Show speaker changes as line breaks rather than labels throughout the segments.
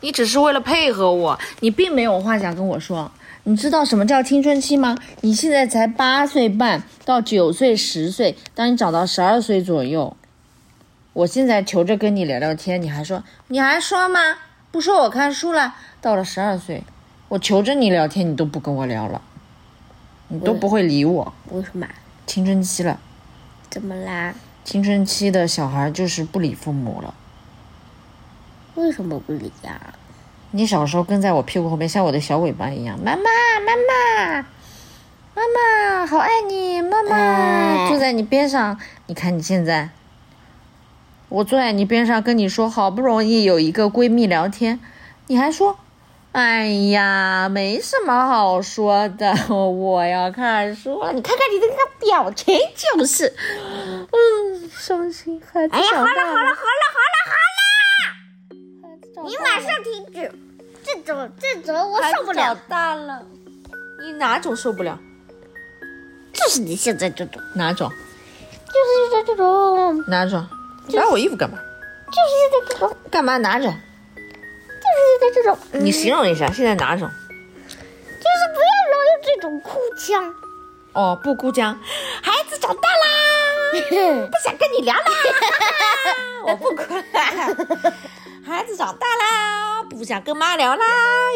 你只是为了配合我，你并没有话想跟我说。你知道什么叫青春期吗？你现在才八岁半到九岁、十岁，当你长到十二岁左右，我现在求着跟你聊聊天，你还说你还说吗？不说我看书了。到了十二岁，我求着你聊天，你都不跟我聊了，你都不会理我。
为什么？
青春期了，
怎么啦？
青春期的小孩就是不理父母了。
为什么不理啊呀、
你小时候跟在我屁股后面，像我的小尾巴一样，妈妈，妈妈，妈妈，好爱你，妈妈，
哎
坐在你边上。你看你现在，我坐在你边上跟你说，好不容易有一个闺蜜聊天，你还说，哎呀，没什么好说的， 我要看书了。你看看你的那个表情，就是，嗯，伤心孩子
哎呀，好
长
了好
大
了好了好了
了，
好
孩子长
了，你
大
马
了
上停止，这种这种我
孩子
受不了
长，大了，你哪种受不了？
就是你现在这种，
哪种？
就是现在这种，
拿着，拿我衣服干嘛？
就是现在这种，
干嘛拿着？
就是现在这种，嗯
你形容一下，现在拿着。
就是不要老用这种哭 腔。
哦，不哭腔，孩子长大啦，不想跟你聊啦， 我不哭啦。孩子长大啦，不想跟妈聊啦，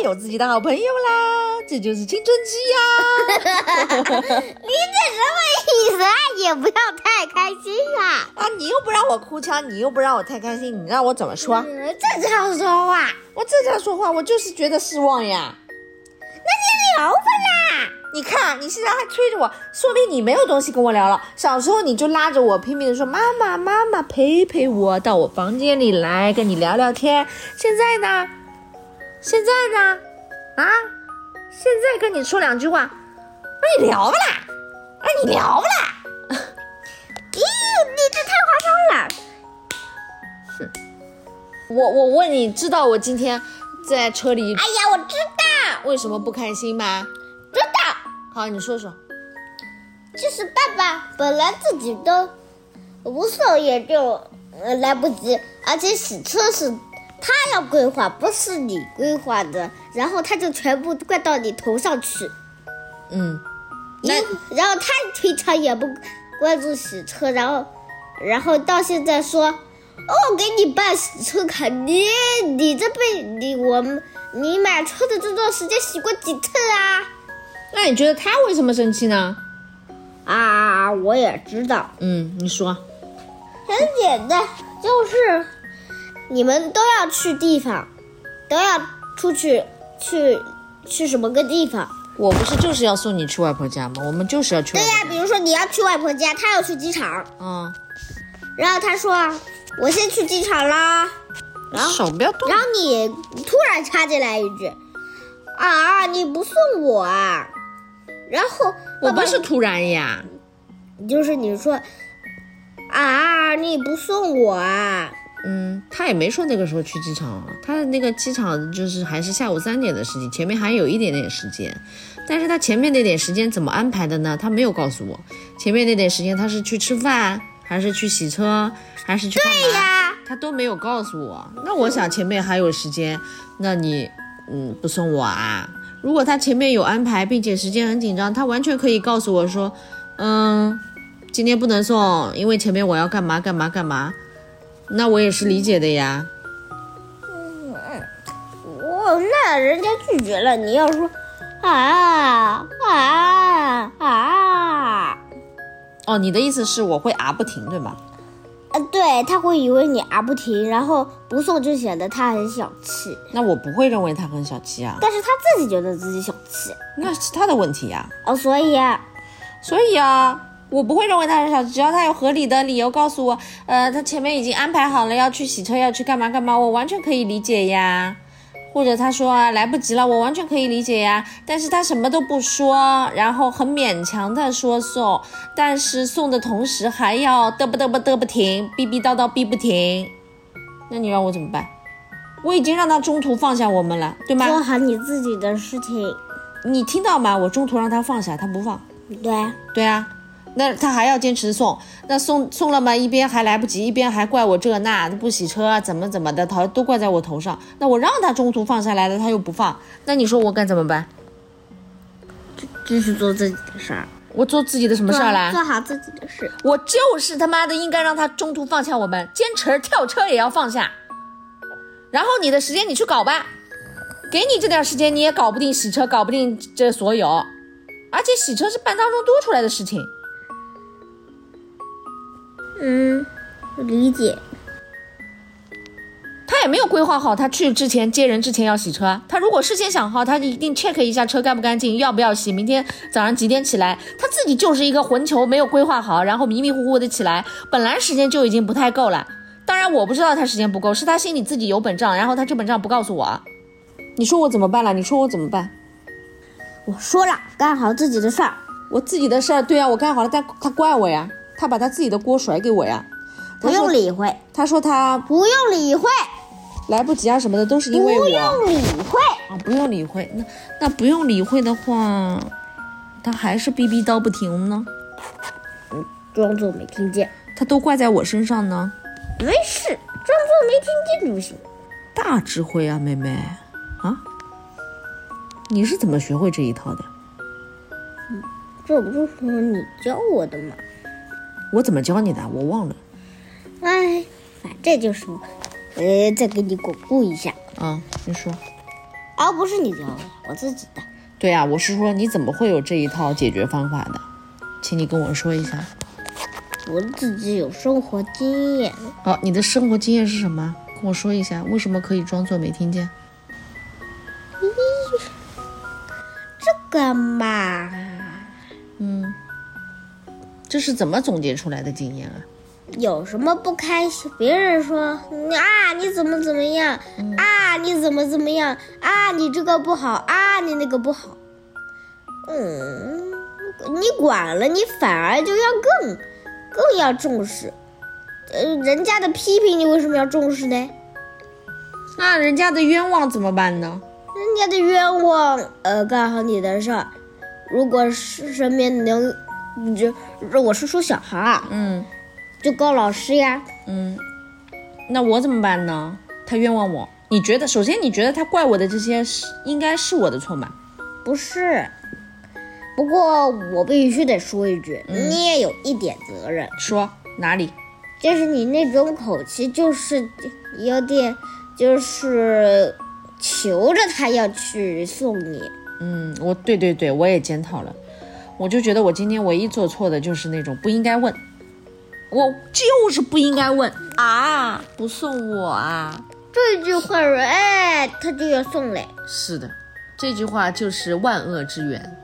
有自己的好朋友啦，这就是青春期呀、
你这什么意思啊？也不要太开心 啊！
啊！你又不让我哭腔，你又不让我太开心，你让我怎么说？
嗯，正常说话。
我正常说话，我就是觉得失望呀。
聊吧啦！
你看，你现在还催着我，说明你没有东西跟我聊了。小时候你就拉着我拼命的说：“妈妈，妈妈，陪陪我，到我房间里来跟你聊聊天。”现在呢？现在呢？啊？现在跟你说两句话，那你聊吧啦，那你聊吧啦。
咦，你这太夸张了！
我我问你，知道我今天在车里
哎呀，我知道，
为什么不开心吗？
知道，
好，你说说。
就是爸爸本来自己都无所也就呃来不及，而且洗车是他要规划，不是你规划的，然后他就全部怪到你头上去。
嗯，
因然后他平常也不关注洗车，然后然后到现在说，哦，我给你办洗车卡，你你这辈你我们你买车的这段时间洗过几次啊？
那你觉得他为什么生气呢？
啊，我也知道，
嗯，你说。
很简单，就是你们都要去地方，都要出去去去什么个地方？
我不是就是要送你去外婆家吗？我们就是要去外
对
婆
呀、比如说你要去外婆家，他要去机场，
嗯，
然后他说我先去机场啦。然后
手不要动
然后你突然插进来一句：“啊，你不送我啊？”然后
我
爸爸
不是突然呀，
就是你说：“啊，你不送我啊
嗯，他也没说那个时候去机场啊，他的那个机场就是还是下午三点的事情，前面还有一点点时间，但是他前面那点时间怎么安排的呢？他没有告诉我，前面那点时间他是去吃饭，还是去洗车，还是去干嘛？？”
呀，
他都没有告诉我。那我想前面还有时间，那你嗯不送我啊？如果他前面有安排，并且时间很紧张，他完全可以告诉我说，嗯，今天不能送，因为前面我要干嘛干嘛干嘛。那我也是理解的呀。
我哦那人家拒绝了，你要说啊啊啊
哦，你的意思是我会啊不停，对吗？
呃，对他会以为你啊不停，然后不送就显得他很小气，
那我不会认为他很小气啊，
但是他自己觉得自己小气
那是他的问题呀、
哦，所以啊，
所以啊，我不会认为他很小气，只要他有合理的理由告诉我，呃，他前面已经安排好了要去洗车，要去干嘛干嘛，我完全可以理解呀。或者他说啊来不及了，我完全可以理解呀。但是他什么都不说，然后很勉强的说送，但是送的同时还要嘚不嘚不嘚不停，逼逼叨叨逼不停，那你让我怎么办？我已经让他中途放下我们了，对吗？
做好你自己的事情。
你听到吗？我中途让他放下，他不放。
对，
对啊，那他还要坚持送，那送送了嘛，一边还来不及，一边还怪我这那不洗车啊，怎么怎么的，他都怪在我头上。那我让他中途放下来了，他又不放，那你说我该怎么办？
继续做自己的事儿，
我做自己的什么事儿啦？
做好自己的事。
我就是他妈的应该让他中途放下我们，坚持跳车也要放下。然后你的时间你去搞吧，给你这点时间你也搞不定洗车，搞不定这所有，而且洗车是半当中多出来的事情。
嗯，理解。
他也没有规划好，他去之前接人之前要洗车。他如果事先想好，他一定 check 一下车干不干净，要不要洗，明天早上几点起来。他自己就是一个混球，没有规划好，然后迷迷糊糊的起来，本来时间就已经不太够了。当然我不知道他时间不够，是他心里自己有本账，然后他这本账不告诉我。你说我怎么办了？你说我怎么办？
我说了，干好自己的事儿。
我自己的事儿，对啊，我干好了，但他怪我呀，他把他自己的锅甩给我呀。
不用理会，
他说他
不用理会，
来不及啊什么的，都是因为我。
不用理会。
啊，不用理会。那那不用理会的话，他还是逼逼叨不停呢，
装作没听见，
他都怪在我身上呢。
没事，哎装作没听见就行。
大智慧啊，妹妹啊，你是怎么学会这一套的？
这不就是你教我的吗？
我怎么教你的？我忘了
哎，反正就是我，呃，再给你巩固一下。
啊。你说，
啊，不是你教的，我自己的。
对啊，我是说你怎么会有这一套解决方法的？请你跟我说一下。
我自己有生活经验，
好、哦你的生活经验是什么？跟我说一下，为什么可以装作没听见？
这个嘛，
这是怎么总结出来的经验啊？
有什么不开心？别人说啊，你怎么怎么样啊，你怎么怎么样啊，你这个不好啊，你那个不好。嗯，你管了，你反而就要更更要重视。呃，人家的批评你为什么要重视呢？
那人家的冤枉怎么办呢？
人家的冤枉，呃，干好你的事儿。如果是身边能，你就我是说小孩啊，
嗯
就告老师呀。
嗯，那我怎么办呢？他冤枉我，你觉得？首先，你觉得他怪我的这些是应该是我的错吗？
不是，不过我必须得说一句，你也有一点责任，
说哪里？
就是你那种口气，就是有点，就是求着他要去送你。
嗯，我对对对，我也检讨了，我就觉得我今天唯一做错的就是那种不应该问，我就是不应该问啊，不送我啊。
这句话，哎，他就要送嘞。
是的，这句话就是万恶之源，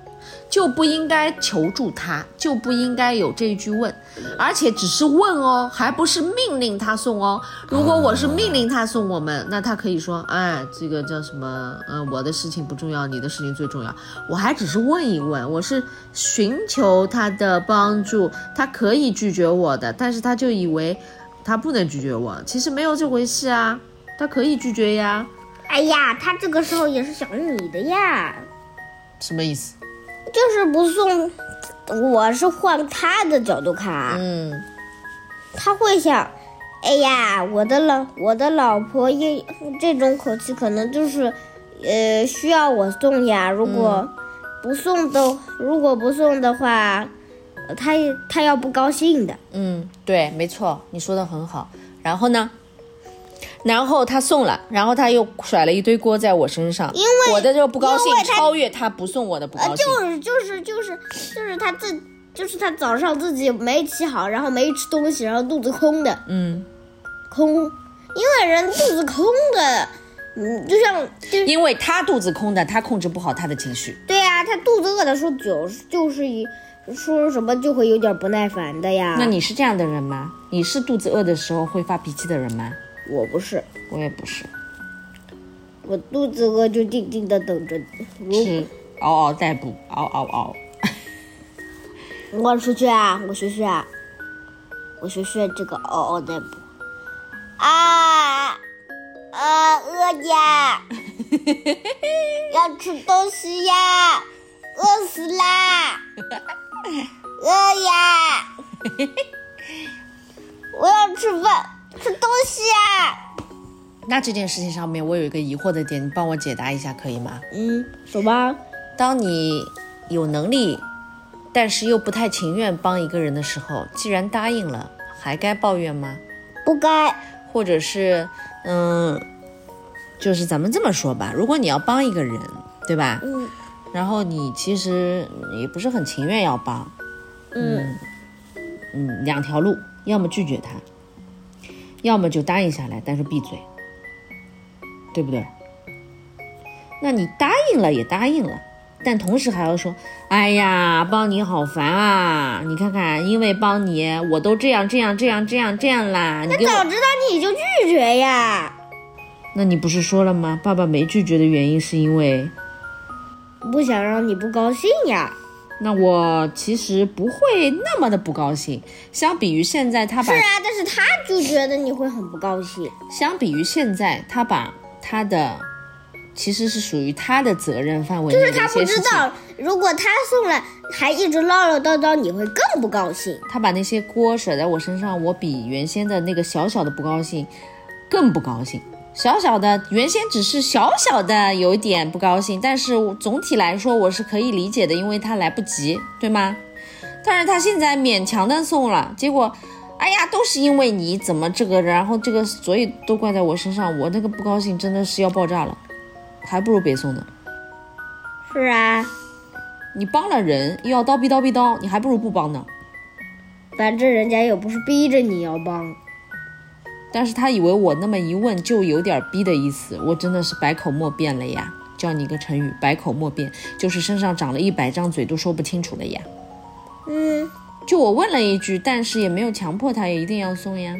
就不应该求助他，就不应该有这一句问，而且只是问哦，还不是命令他送哦。如果我是命令他送我们，那他可以说，哎，这个叫什么？嗯，我的事情不重要，你的事情最重要。我还只是问一问，我是寻求他的帮助，他可以拒绝我的，但是他就以为他不能拒绝我，其实没有这回事啊，他可以拒绝呀。
哎呀，他这个时候也是想你的呀，
什么意思？
就是不送。我是换他的角度看啊，
嗯。
他会想，哎呀，我的老我的老婆也这种口气，可能就是，呃，需要我送呀。如果
嗯
不送的，如果不送的话，呃他也他要不高兴的。
嗯，对，没错，你说的很好。然后呢？然后他送了，然后他又甩了一堆锅在我身上，因为我的就不高兴
因为，他呃
超越他不送我的不高兴。
就是就是就是就是他自就是他早上自己没起好，然后没吃东西，然后肚子空的
嗯，
空，因为人肚子空的，嗯，就像就
因为他肚子空的，他控制不好他的情绪。
对呀、他肚子饿的时候久就是一说什么就会有点不耐烦的呀。
那你是这样的人吗？你是肚子饿的时候会发脾气的人吗？
我不是，
我也不是，
我肚子饿就静静的等着。如
是嗷嗷待哺，嗷嗷嗷。
我出去啊，我学学啊，我学学这个哦嗷嗷待哺。啊，呃，饿 呀， 要吃东西呀，饿死啦，饿呀！我要吃饭，吃东西呀！
那这件事情上面，我有一个疑惑的点，你帮我解答一下可以吗？
嗯，什么？
当你有能力，但是又不太情愿帮一个人的时候，既然答应了，还该抱怨吗？
不该。
或者是，嗯，就是咱们这么说吧，如果你要帮一个人，对吧？
嗯
然后你其实也不是很情愿要帮，
嗯
嗯，两条路，要么拒绝他，要么就答应下来，但是闭嘴，对不对？那你答应了也答应了，但同时还要说，哎呀，帮你好烦啊！你看看，因为帮你，我都这样这样这样这样这样啦，你给
早
我，
知道你就拒绝呀！
那你不是说了吗？爸爸没拒绝的原因是因为，
不想让你不高兴呀。
那我其实不会那么的不高兴，相比于现在他把
是啊，但是他就觉得你会很不高兴。
相比于现在，他把他的其实是属于他的责任范围内
就
的
是他
一
不
些
知
事情，
道，如果他送来还一直唠唠叨叨，你会更不高兴。
他把那些锅甩在我身上，我比原先的那个小小的不高兴更不高兴。小小的，原先只是小小的有一点不高兴，但是我总体来说我是可以理解的，因为他来不及，对吗？但是他现在勉强的送了，结果，哎呀，都是因为你怎么这个，然后这个，所以都怪在我身上，我那个不高兴真的是要爆炸了，还不如别送呢。
是啊，
你帮了人，又要叨逼叨逼叨，你还不如不帮呢。
反正人家又不是逼着你要帮。
但是他以为我那么一问就有点逼的意思，我真的是百口莫辩了呀！教你一个成语，百口莫辩，就是身上长了一百张嘴都说不清楚了呀。
嗯，
就我问了一句，但是也没有强迫他也一定要送呀。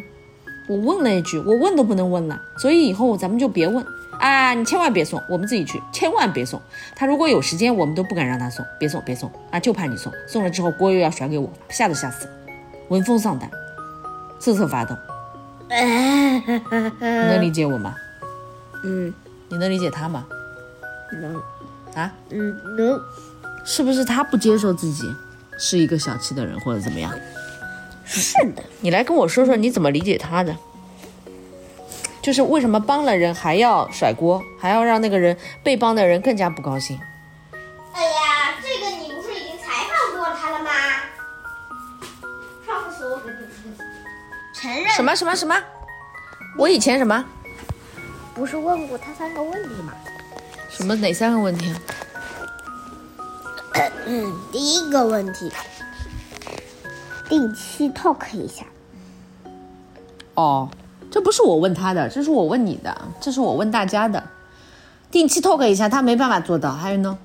我问了一句，我问都不能问了，所以以后咱们就别问啊！你千万别送，我们自己去，千万别送。他如果有时间，我们都不敢让他送，别送，别送啊！就怕你送，送了之后锅又要甩给我，吓都吓死了，闻风丧胆，瑟瑟发抖。你能理解我吗？
嗯，
你能理解他吗？
能，
啊，
嗯能，
是不是他不接受自己是一个小气的人，或者怎么样？
是的，
你来跟我说说你怎么理解他的？就是为什么帮了人还要甩锅，还要让那个人被帮的人更加不高兴？
哎呀，这个你不是已经采访过他了吗？上次我给你出
承认
什么什么什么？我以前什么
不是问过他三个问题吗？
什么哪三个问题啊？
嗯，第一个问题，定期 talk 一下。
哦，这不是我问他的，这是我问你的，这是我问大家的。定期 talk 一下，他没办法做到。还有呢，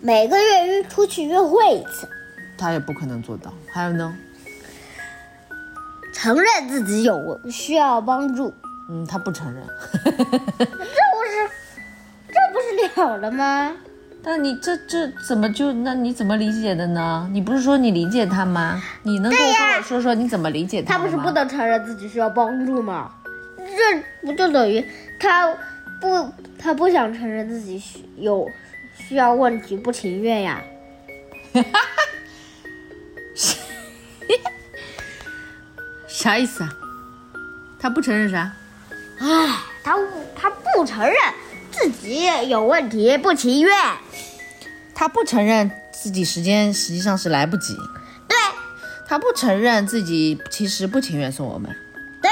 每个月约出去约会一次，
他也不可能做到。还有呢，
承认自己有需要帮助，
嗯，他不承认。
这不是，这不是了了吗？
但你这这怎么就那你怎么理解的呢？你不是说你理解他吗？你能跟我说说你怎么理解
他
他的
不
吗？
是不能承认自己需要帮助吗？这不就等于他不他不想承认自己需有需要问题，不情愿呀？
啥意思啊？他不承认啥？
唉，他不他不承认自己有问题，不情愿。
他不承认自己时间实际上是来不及，
对
他不承认自己其实不情愿送我们。
对，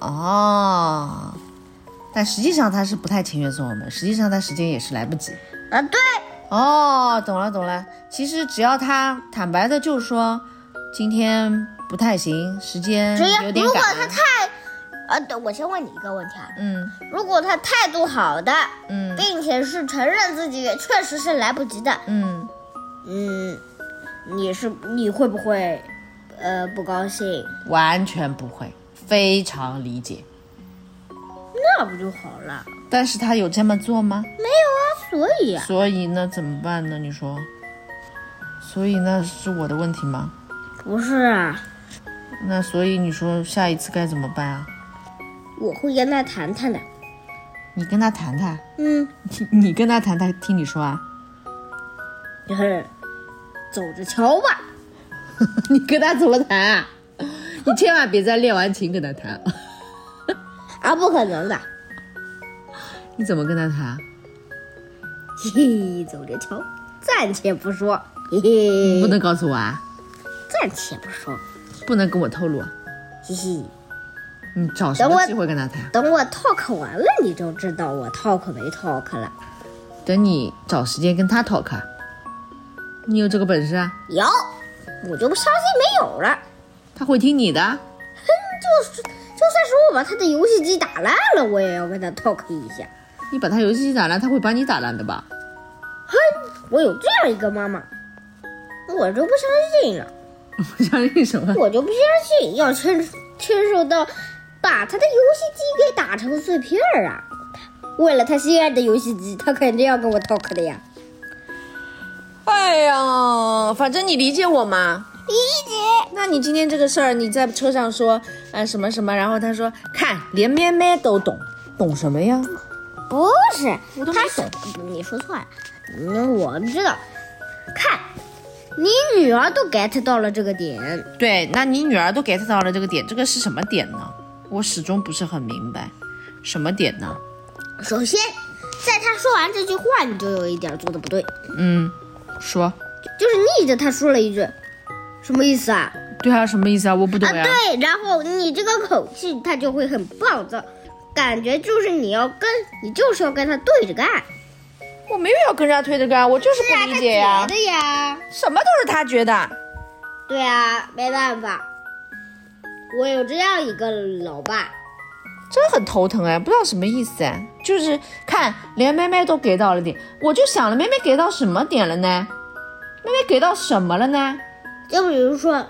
哦，但实际上他是不太情愿送我们，实际上他时间也是来不及。
啊对，
哦，懂了懂了。其实只要他坦白的就说，今天不太行，时间
只要
有点
如果
赶。
他太啊，对，我先问你一个问题啊，
嗯
如果他态度好的，
嗯
并且是承认自己确实是来不及的，
嗯，
嗯，你是你会不会呃不高兴？
完全不会，非常理解。
那不就好了？
但是他有这么做吗？
所以啊，
所以呢，怎么办呢？你说，所以那是我的问题吗？
不是啊，
那所以你说下一次该怎么办啊？
我会跟他谈谈的。
你跟他谈 谈，
嗯，
你你跟他谈，他听你说啊？
就是走着瞧吧。
你跟他怎么谈啊？你千万别在练完琴跟他谈，
啊，不可能的，
你怎么跟他谈？啊
嘿嘿，走着瞧，暂且不说，嘿嘿，
不能告诉我啊，
暂且不说，
不能跟我透露啊，
嘿嘿，
你找什
等
么
我
机会跟他谈？
等我 talk 完了，你就知道我 talk 没 talk 了。
等你找时间跟他 talk，啊你有这个本事啊？
有，我就不相信没有了。
他会听你的。啊
就是，就算是我把他的游戏机打烂了，我也要跟他 talk 一下。
你把他游戏机打烂，他会把你打烂的吧？
我有这样一个妈妈，我就不相信了，
我不相信什么？
我就不相信要亲亲手到把他的游戏机给打成碎片儿啊！为了他心爱的游戏机，他肯定要跟我 talk 的呀。
哎呀，反正你理解我嘛。
理解。
那你今天这个事儿，你在车上说，呃，什么什么，然后他说，看，连咩咩都懂，懂什么呀？
不是，
我都没
他是你说错了，嗯，我知道。看，你女儿都 get 到了这个点，
对，那你女儿都 get 到了这个点，这个是什么点呢？我始终不是很明白，什么点呢？
首先，在他说完这句话，你就有一点做的不对，
嗯，说，
就是逆着他说了一句，什么意思啊？
对啊，什么意思啊？我不懂
啊，
呀、
对，然后你这个口气，他就会很暴躁，感觉就是你要跟你就是要跟他对着干，
我没有要跟人家推着干，我就是
是啊，
不
他
理解呀、
觉得呀，
什么都是他觉得。
对啊，没办法，我有这样一个老爸，
真很头疼哎，不知道什么意思哎，就是看连妹妹都给到了点，我就想了，妹妹给到什么点了呢？妹妹给到什么了呢？
就比如说，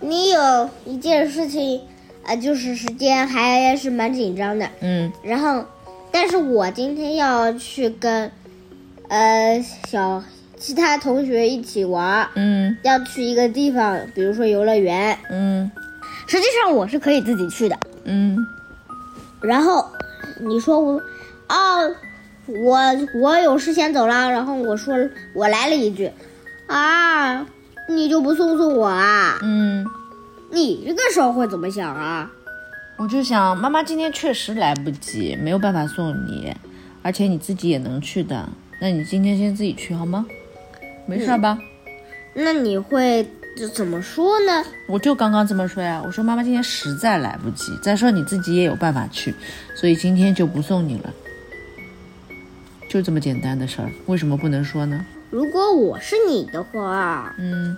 你有一件事情，呃，就是时间还是蛮紧张的，
嗯
然后，但是我今天要去跟，呃，小其他同学一起玩儿，
嗯
要去一个地方，比如说游乐园。
嗯
实际上我是可以自己去的。
嗯
然后你说我，哦，我我有事先走了。然后我说我来了一句，啊，你就不送送我啊？
嗯，
你这个时候会怎么想啊？
我就想妈妈今天确实来不及，没有办法送你，而且你自己也能去的，那你今天先自己去好吗？没事儿吧？
嗯那你会怎么说呢？
我就刚刚这么说呀，我说妈妈今天实在来不及，再说你自己也有办法去，所以今天就不送你了，就这么简单的事儿，为什么不能说呢？
如果我是你的话，
嗯，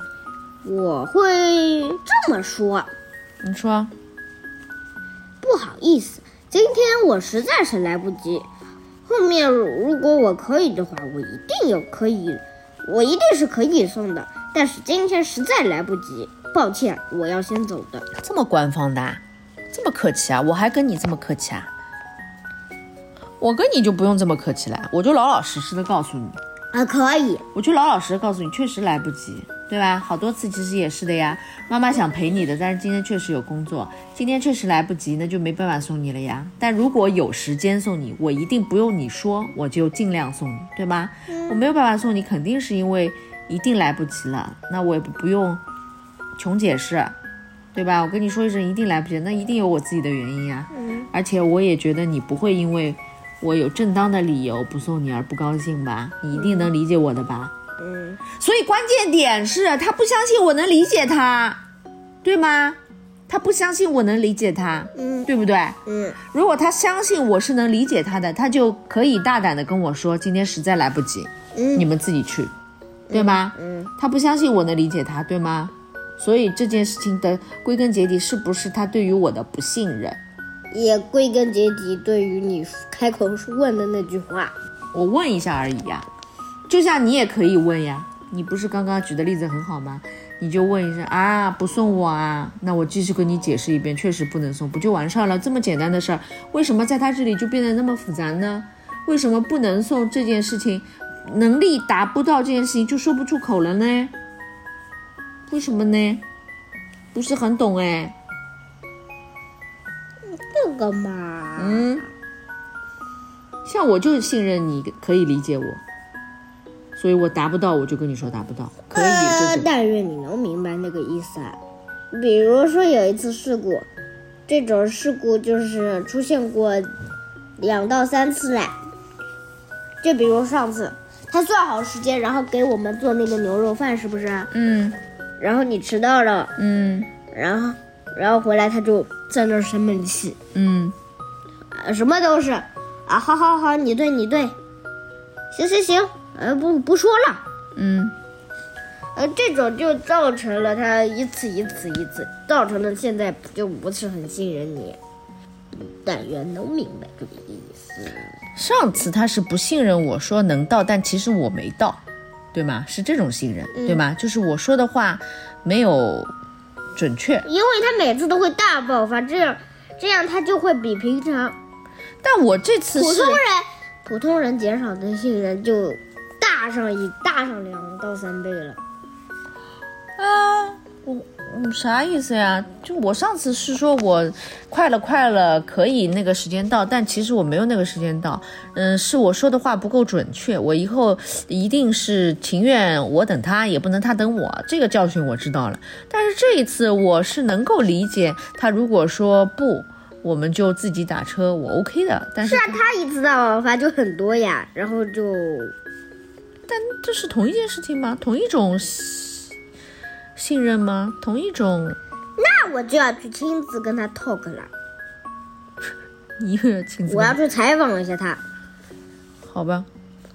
我会这么说：
你说，
不好意思，今天我实在是来不及。后面如果我可以的话，我一定有可以，我一定是可以送的。但是今天实在来不及，抱歉，我要先走的。
这么官方的啊，这么客气啊，我还跟你这么客气啊？我跟你就不用这么客气了，我就老老实实的告诉你，
啊，可以，
我就老老实实地告诉你，确实来不及，对吧？好多次其实也是的呀。妈妈想陪你的，但是今天确实有工作，今天确实来不及，那就没办法送你了呀。但如果有时间送你，我一定不用你说，我就尽量送你，对吗？我没有办法送你，肯定是因为一定来不及了，那我也不不用穷解释，对吧？我跟你说一声，一定来不及，那一定有我自己的原因啊。而且我也觉得你不会因为我有正当的理由不送你而不高兴吧？你一定能理解我的吧？
嗯，
所以关键点是他不相信我能理解他，对吗？他不相信我能理解他，
嗯
对不对？
嗯，
如果他相信我是能理解他的，他就可以大胆的跟我说，今天实在来不及，
嗯
你们自己去，对吗？
嗯，
他不相信我能理解他，对吗？所以这件事情的归根结底是不是他对于我的不信任？
也归根结底，对于你开口问的那句话，
我问一下而已呀、就像你也可以问呀，你不是刚刚举的例子很好吗？你就问一声啊，不送我啊，那我继续跟你解释一遍，确实不能送，不就完事儿了？这么简单的事儿，为什么在他这里就变得那么复杂呢？为什么不能送这件事情，能力达不到这件事情就说不出口了呢？为什么呢？不是很懂哎，
这个嘛，
嗯，像我就信任你可以理解我，所以我达不到，我就跟你说达不到，可以
呃
这，种。
但愿你能明白那个意思啊。比如说有一次事故，这种事故就是出现过两到三次啦。就比如上次，他算好时间，然后给我们做那个牛肉饭，是不是？啊
嗯
然后你迟到了，
嗯
然后然后回来他就在那儿生闷气，
嗯
呃什么都是啊，好好好，你对你对，行行行，呃不不说了。
嗯，
呃，这种就造成了他一次一次一次，造成了现在就不是很信任你。但愿能明白这个意思。
上次他是不信任我说能到，但其实我没到，对吗？是这种信任，
嗯
对吗？就是我说的话没有准确，
因为他每次都会大爆发，这样这样他就会比平常
但我这次
普
是
通人普通人减少的信任就大上一大上两到三倍了。
啊，我嗯啥意思呀？就我上次是说我快了快了，可以那个时间到，但其实我没有那个时间到。嗯，是我说的话不够准确，我以后一定是情愿我等他，也不能他等我。这个教训我知道了，但是这一次我是能够理解他如果说不。我们就自己打车，我 OK 的。但是
是啊，他一次大爆发就很多呀，然后就
这是同一件事情吗？同一种信信任吗？同一种
那我就要去亲自跟他 talk 了，
你又要亲自
我要
跟
去采访一下他。
好吧？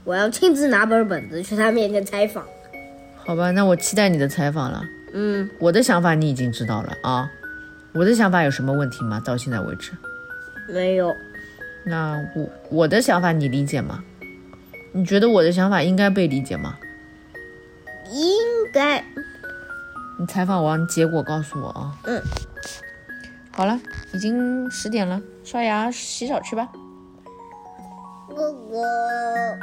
我要亲自拿本本子去他面前采访。
好吧，那我期待你的采访了。
嗯，
我的想法你已经知道了啊，我的想法有什么问题吗？到现在为止，
没有，
那我我的想法你理解吗？你觉得我的想法应该被理解吗？
应该
你采访完结果告诉我啊。
嗯。
好了，已经十点了，刷牙洗澡去吧。
哥哥。